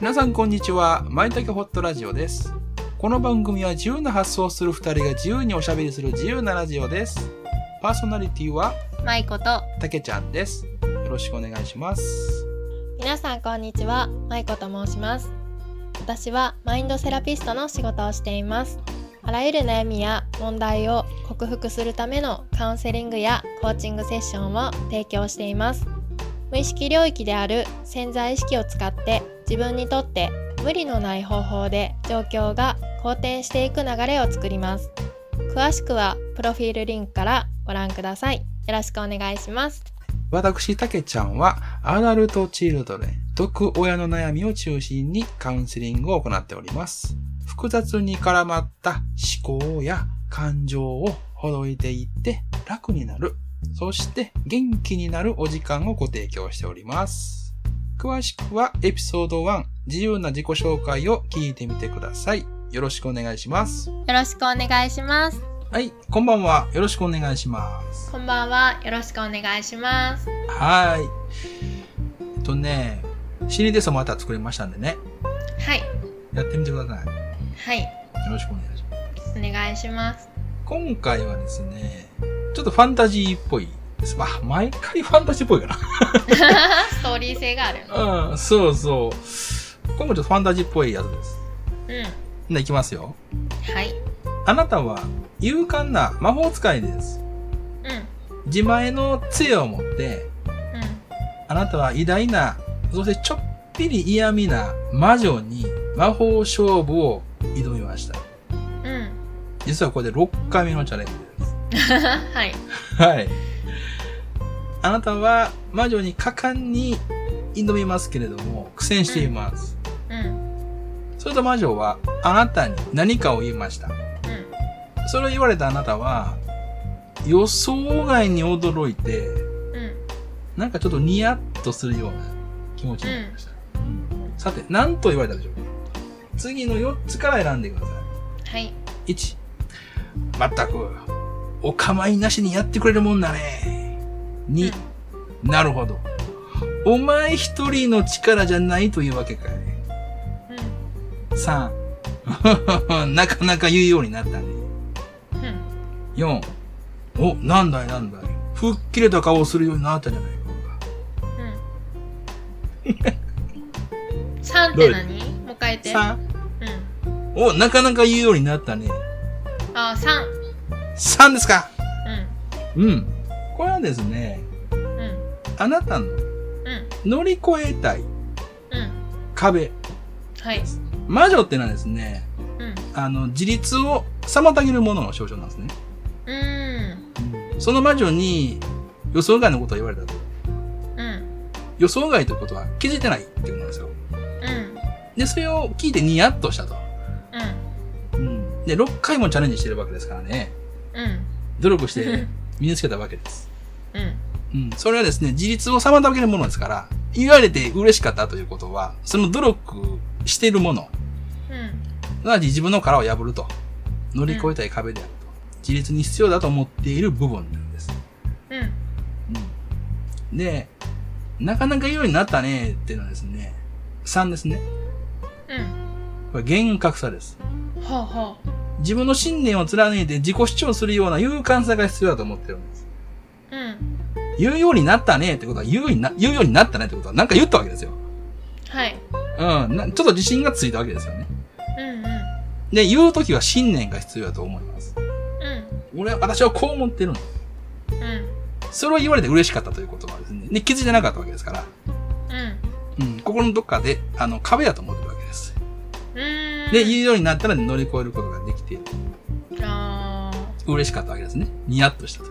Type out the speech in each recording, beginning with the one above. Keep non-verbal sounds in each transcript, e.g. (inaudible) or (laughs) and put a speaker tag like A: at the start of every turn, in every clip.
A: 皆さんこんにちは。まいたけホットラジオです。この番組は自由な発想をする二人が自由におしゃべりする自由なラジオです。パーソナリティは
B: まいこと
A: たけちゃんです。よろしくお願いします。
B: 皆さんこんにちはまいこと申します私はマインドセラピストの仕事をしていますあらゆる悩みや問題を克服するためのカウンセリングやコーチングセッションを提供しています無意識領域である潜在意識を使って自分にとって無理のない方法で状況が好転していく流れを作ります詳しくはプロフィールリンクからご覧くださいよろしくお願いします
A: 私、たけちゃんはアダルトチルドレン、毒親の悩みを中心にカウンセリングを行っております。複雑に絡まった思考や感情をほどいていって楽になる。そして元気になるお時間をご提供しております。詳しくはエピソード1、自由な自己紹介を聞いてみてください。よろしくお願いします。
B: よろしくお願いします
A: はい、こんばんは。よろしくお願いします。
B: こんばんは。よろしくお願いします。
A: はーい。えっとね、シリーズもまた作りましたんでね、
B: はい。
A: やってみてください。よ
B: はい。
A: ろしくお願いします。
B: お願いし (laughs) ます。
A: 今回はですね、ちょっとファンタジーっぽいです。まあ、毎回ファンタジーっぽいか
B: ストーリー性がある。
A: な。 (laughs) うん、そうそう。今回ちょっとファンタジーっぽいやつです。
B: うん。
A: で、いきますよ。
B: はい。
A: あなたは勇敢な魔法使いです。
B: うん。
A: 自前の杖を持って、
B: う
A: あなたは偉大な、そしてちょっぴり嫌味な魔女に魔法勝負を挑みました。
B: ん。うん。
A: 実はこれで6回目のチャレンジです。
B: (laughs) はい。
A: はい。あなたは魔女に果敢に挑みますけれども、苦戦しています。
B: うん。
A: それと魔女はあなたに何かを言いました。
B: う
A: それを言われたあなたは、予想外に驚いて、
B: ん。うん。
A: なんかちょっとニヤッとするような気持ちになりました。うんさて、何と言われたでしょうか次の4つから選んでください。
B: はい。
A: 1まったくお構いなしにやってくれるもんだね2、なるほどお前一人の力じゃないというわけかい
B: うん。
A: 3 (laughs) なかなか言うようになったね
B: うん。
A: 4おなんだいなんだい吹っ切れた顔をするようになったじゃない
B: (laughs) うん。三って何もう一回言って。
A: か
B: うん。
A: 3おなかなか言うようになったね
B: あ、三。
A: 3ですか
B: う
A: うんこれはですね
B: ん。うん。
A: あなたの
B: うん。
A: 乗り越えたい
B: うん。
A: 壁
B: はい。
A: 魔女ってのはですね
B: うん。
A: あの、自立を妨げるものの象徴なんですね。
B: うん。
A: その魔女に予想外のことを言われたと。
B: うん。
A: 予想外ということは気づいてないっていうことなんですよ。
B: うん。
A: で、それを聞いてニヤッとしたと。
B: うん。
A: で、6回もチャレンジしてるわけですからね。
B: うん。
A: 努力し
B: う
A: て
B: (laughs) ん。
A: 身につけたわけです。
B: うん。
A: うん。それはですね、自立を妨げるものですから、言われて嬉しかったということは、その努力しているもの、
B: うん。
A: すなわち自分の殻を破ると。乗り越えたい壁であると。自立に必要だと思っている部分なんです。
B: うん。
A: で、なかなか言うようになったねっていうのはですね、3ですね。
B: うん。
A: これ厳格さです。
B: ほうほ
A: 自分の信念を貫いて自己主張するような勇敢さが必要だと思ってるんです。
B: う。うん。
A: 言うようになったねってことは言うようにな、言うようになったねってことはなんか言ったわけですよ。
B: はい。
A: うん。なちょっと自信がついたわけですよね。
B: うんうん。
A: で、言うときは信念が必要だと思います。
B: う
A: 俺は、私はこう思ってるんだ。
B: んうん
A: それを言われて嬉しかったということはですね、で気づいてなかったわけですから、
B: うん
A: うん。心のどっかで、あの、壁だと思ってるわけです。
B: うーん
A: で、言うようになったら乗り越えることができて、
B: あ
A: 嬉しかったわけですね。ニヤッとしたと。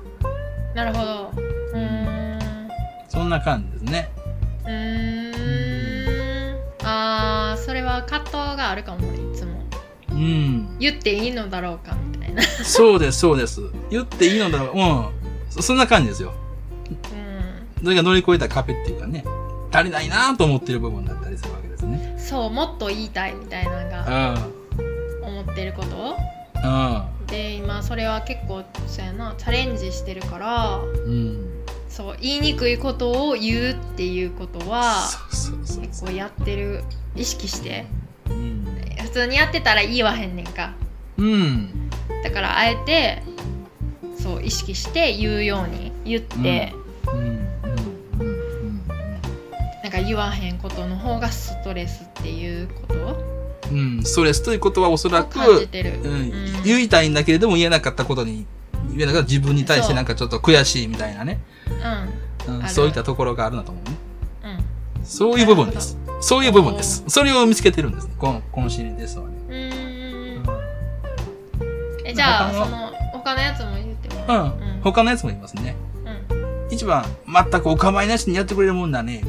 B: ーなるほどうーん
A: そんな感じですね。
B: うーんあーそれは葛藤があるかも俺いつも
A: うん。
B: 言っていいのだろうかみたいな
A: そうです、そうです。言っていいのだろう。うん。そそんな感じですよ。それが乗り越えた壁っていうかね、足りないなと思ってる部分だったりするわけです
B: う
A: ね。
B: んそうもっと言いたいみたいなの
A: う
B: が
A: ん。
B: 思ってることで今それは結構そうやなチャレンジしてるから
A: うん。うん。
B: そう言いにくいことを言うっていうことは
A: そうそうそう
B: 結
A: そ
B: 構やってる意識して
A: ううん、
B: 普通にやってたら言わへんねんか
A: うん、
B: だからあえてそう意識して言うように言って、
A: うんうんうんうん
B: なんか言わへんことの方がストレスっていうこと
A: うんうんストレスということはおそら
B: を感
A: く
B: じ、てる、
A: うん
B: うん
A: 言いたいんだけれども言えなかったことに言えなかった自分に対してなんかちょっと悔しいみたいなね、う
B: あ
A: ん、
B: る
A: そういったところがあるなと思うね
B: うん
A: そういう部分ですそういう部分ですそれを見つけてるんですねこのこのシリーズですわね、
B: うんうん
A: う
B: うんんえじゃあ
A: 他の
B: その他のやつも言っても
A: うん
B: うん
A: 他のやつも言いますね
B: うんうん
A: 一番全くお構いなしにやってくれるもんだね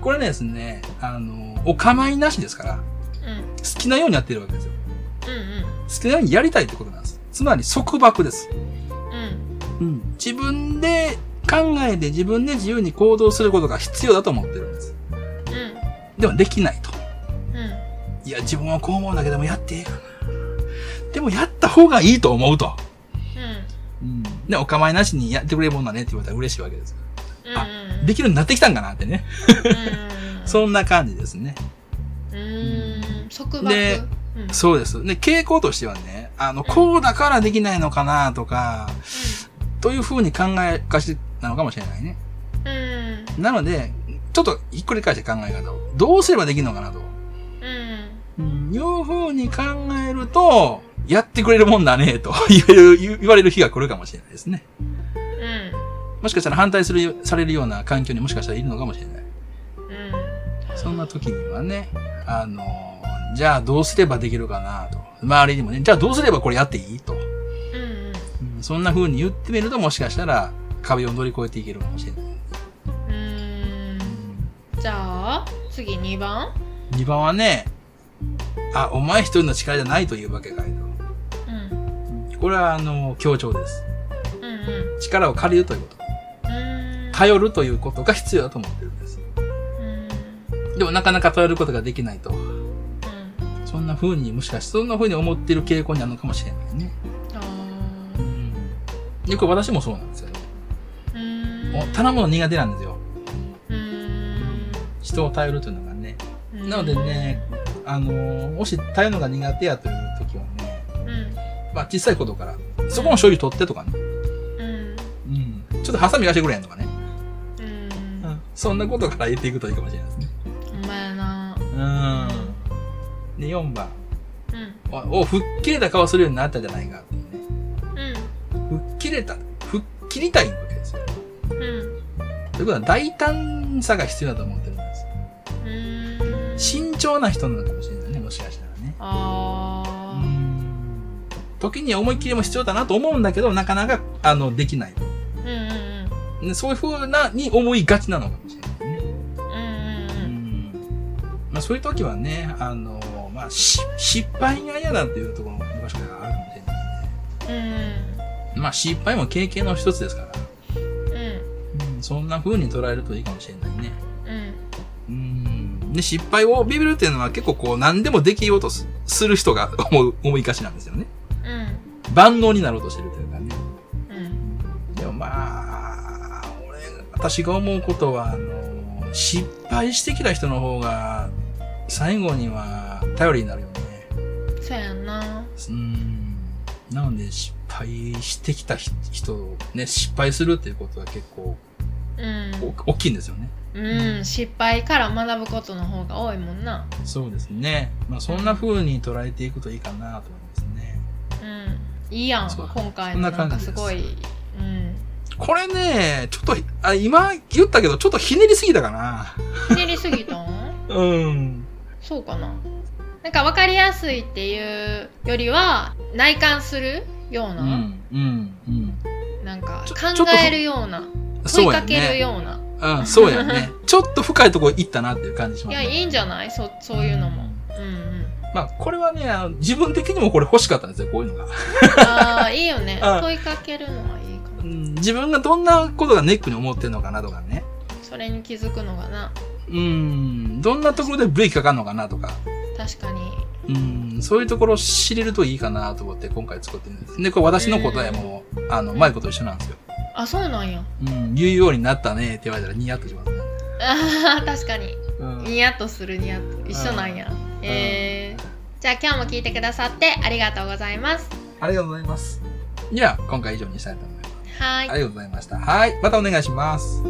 A: これですねあのお構いなしですから
B: うん
A: 好きなようにやってるわけですよ
B: う
A: 好
B: ん
A: きなようにやりたいってことなんですつまり束縛です
B: うん
A: 自分で考えて自分で自由に行動することが必要だと思ってるんです。
B: うん
A: でもできないと。
B: うん
A: いや、自分はこう思うんだけどもやっていいかな。でもやった方がいいと思うと。
B: う
A: うん。で、お構いなしにやってくれるもんだねって言われたら嬉しいわけです。
B: んうんうん
A: できるようになってきたんかなってね。
B: うん
A: そんな感じですね。
B: うーん束縛
A: で
B: うん
A: そうです。で、傾向としてはね、あの、こうだからできないのかなとか、というふうに考えがちなのかもしれないね。
B: うん
A: なので、ちょっとひっくり返して考え方を。どうすればできるのかなと。
B: うん
A: うんいうふうに考えると、やってくれるもんだね、と言える言言われる日が来るかもしれないですね。
B: うん
A: もしかしたら反対する、されるような環境にもしかしたらいるのかもしれない。
B: うん
A: そんな時にはね、あの、じゃあどうすればできるかな、と。周りにもね、じゃあどうすればこれやっていいと。
B: うん
A: うんそんな風に言ってみると、もしかしたら壁を乗り越えていけるかもしれない。
B: うんじゃあ次2番
A: 2番はね、あ、お前一人の力じゃないというわけかい
B: うん
A: と。これは、あの、強調です。
B: うんうん
A: 力を借りるということ。
B: うん
A: 頼るということが必要だと思ってるんです。
B: うん
A: でもなかなか頼ることができないと。
B: うん
A: そんな風に、もしかしてそんな風に思ってる傾向にあるのかもしれないね。
B: あ
A: よく私もそうなんですよ。
B: ーうん
A: もう頼むの苦手なんですよ。
B: うん
A: 人を頼るというのがね。なのでね、あのーもし頼るのが苦手やという時はね、
B: うん
A: まあ小さいことから、そこの醤油取ってとかね。
B: うん
A: うん。ちょっとハサミ貸してくれんとかね。
B: うん
A: そんなことから言っていくといいかもしれないですね。
B: ほんまやな
A: うん。で、4番。
B: うん
A: お、お吹っ切れた顔するようになったじゃないかっていうね。
B: うん
A: 吹っ切れた、吹っ切りたいわけですよ。
B: うん
A: ということは大胆さが必要だと思ってるんで
B: うん
A: す。慎重な人なのかもしれないね、もしかしたらね。
B: あー
A: うん時には思い切りも必要だなと思うんだけど、なかなか、あの、できない。
B: うんうんうん
A: ねそういうふうな、に思いがちなのかもしれないね。う
B: うん
A: ん。まあそういう時はね、あの、まあ、し失敗が嫌だっていうところも昔からあるかもしれないね。
B: うん
A: まあ失敗も経験の一つですから、
B: うん
A: うん、そんな風に捉えるといいかもしれないね。
B: うん
A: うんで失敗をビビるっていうのは結構こう何でもできようとすする人が思う思いがちなんですよね。
B: うん
A: 万能になろうとしてるというかね。
B: うん
A: でもまあ、俺、私が思うことは、あの、失敗してきた人の方が最後には頼りになるよね。
B: そうやんな
A: うん。なので失敗してきたひ人、ね、失敗するっていうことは結構
B: うん、
A: お大きいんですよね。
B: うん、失敗から学ぶことの方が多いもんな
A: そうですね。まあそんな風に捉えていくといいかなと思いますね。
B: うんいいやん
A: そう
B: 今回
A: そん
B: の
A: な
B: な
A: 感
B: ん
A: じです
B: かすごいうん
A: これね、ちょっと、あ今言ったけど、ちょっとひねりすぎたかな。
B: ひねりすぎたん
A: うん。
B: そうかななんか分かりやすいっていうよりは内観するよう
A: う
B: な、
A: ん。うん。うん。
B: なんか
A: ちょ
B: 考
A: ちょっと
B: えるような問いかける
A: ね。
B: ような
A: うん、そうや
B: (laughs)
A: ね。ちょっと深いところ行ったなっていう感じし
B: い
A: ます、
B: や
A: ね。
B: いいんじゃないそそういうのもうんうん
A: まあ、これはね、あの自分的にもこれ欲しかったんですよ、こういうのが。
B: ああいいよ
A: (laughs)
B: ね
A: うん
B: 問いかけるのはいいか
A: う
B: も
A: ん、自分がどんなことがネックに思ってるのかなとかね。
B: それに気づくのがな
A: うん、どんなところでブレーキかかるのかなとか。
B: 確かに
A: うん、そういうところを知れるといいかなと思って今回作ってるんです。で、これ私の答えも、あの、マイコと一緒なんですよ。
B: あそうなんや
A: うん、言うようになったねって言われたらニヤッとしますね。
B: あー (laughs) 確かに
A: うん
B: ニヤッとするニヤッと一緒なんやえー、じゃあ今日も聞いてくださってありがとうございます
A: ありがとうございます。じゃあ、今回以上にしたいと思います。
B: はーい
A: ありがとうございました。はい。またお願いします。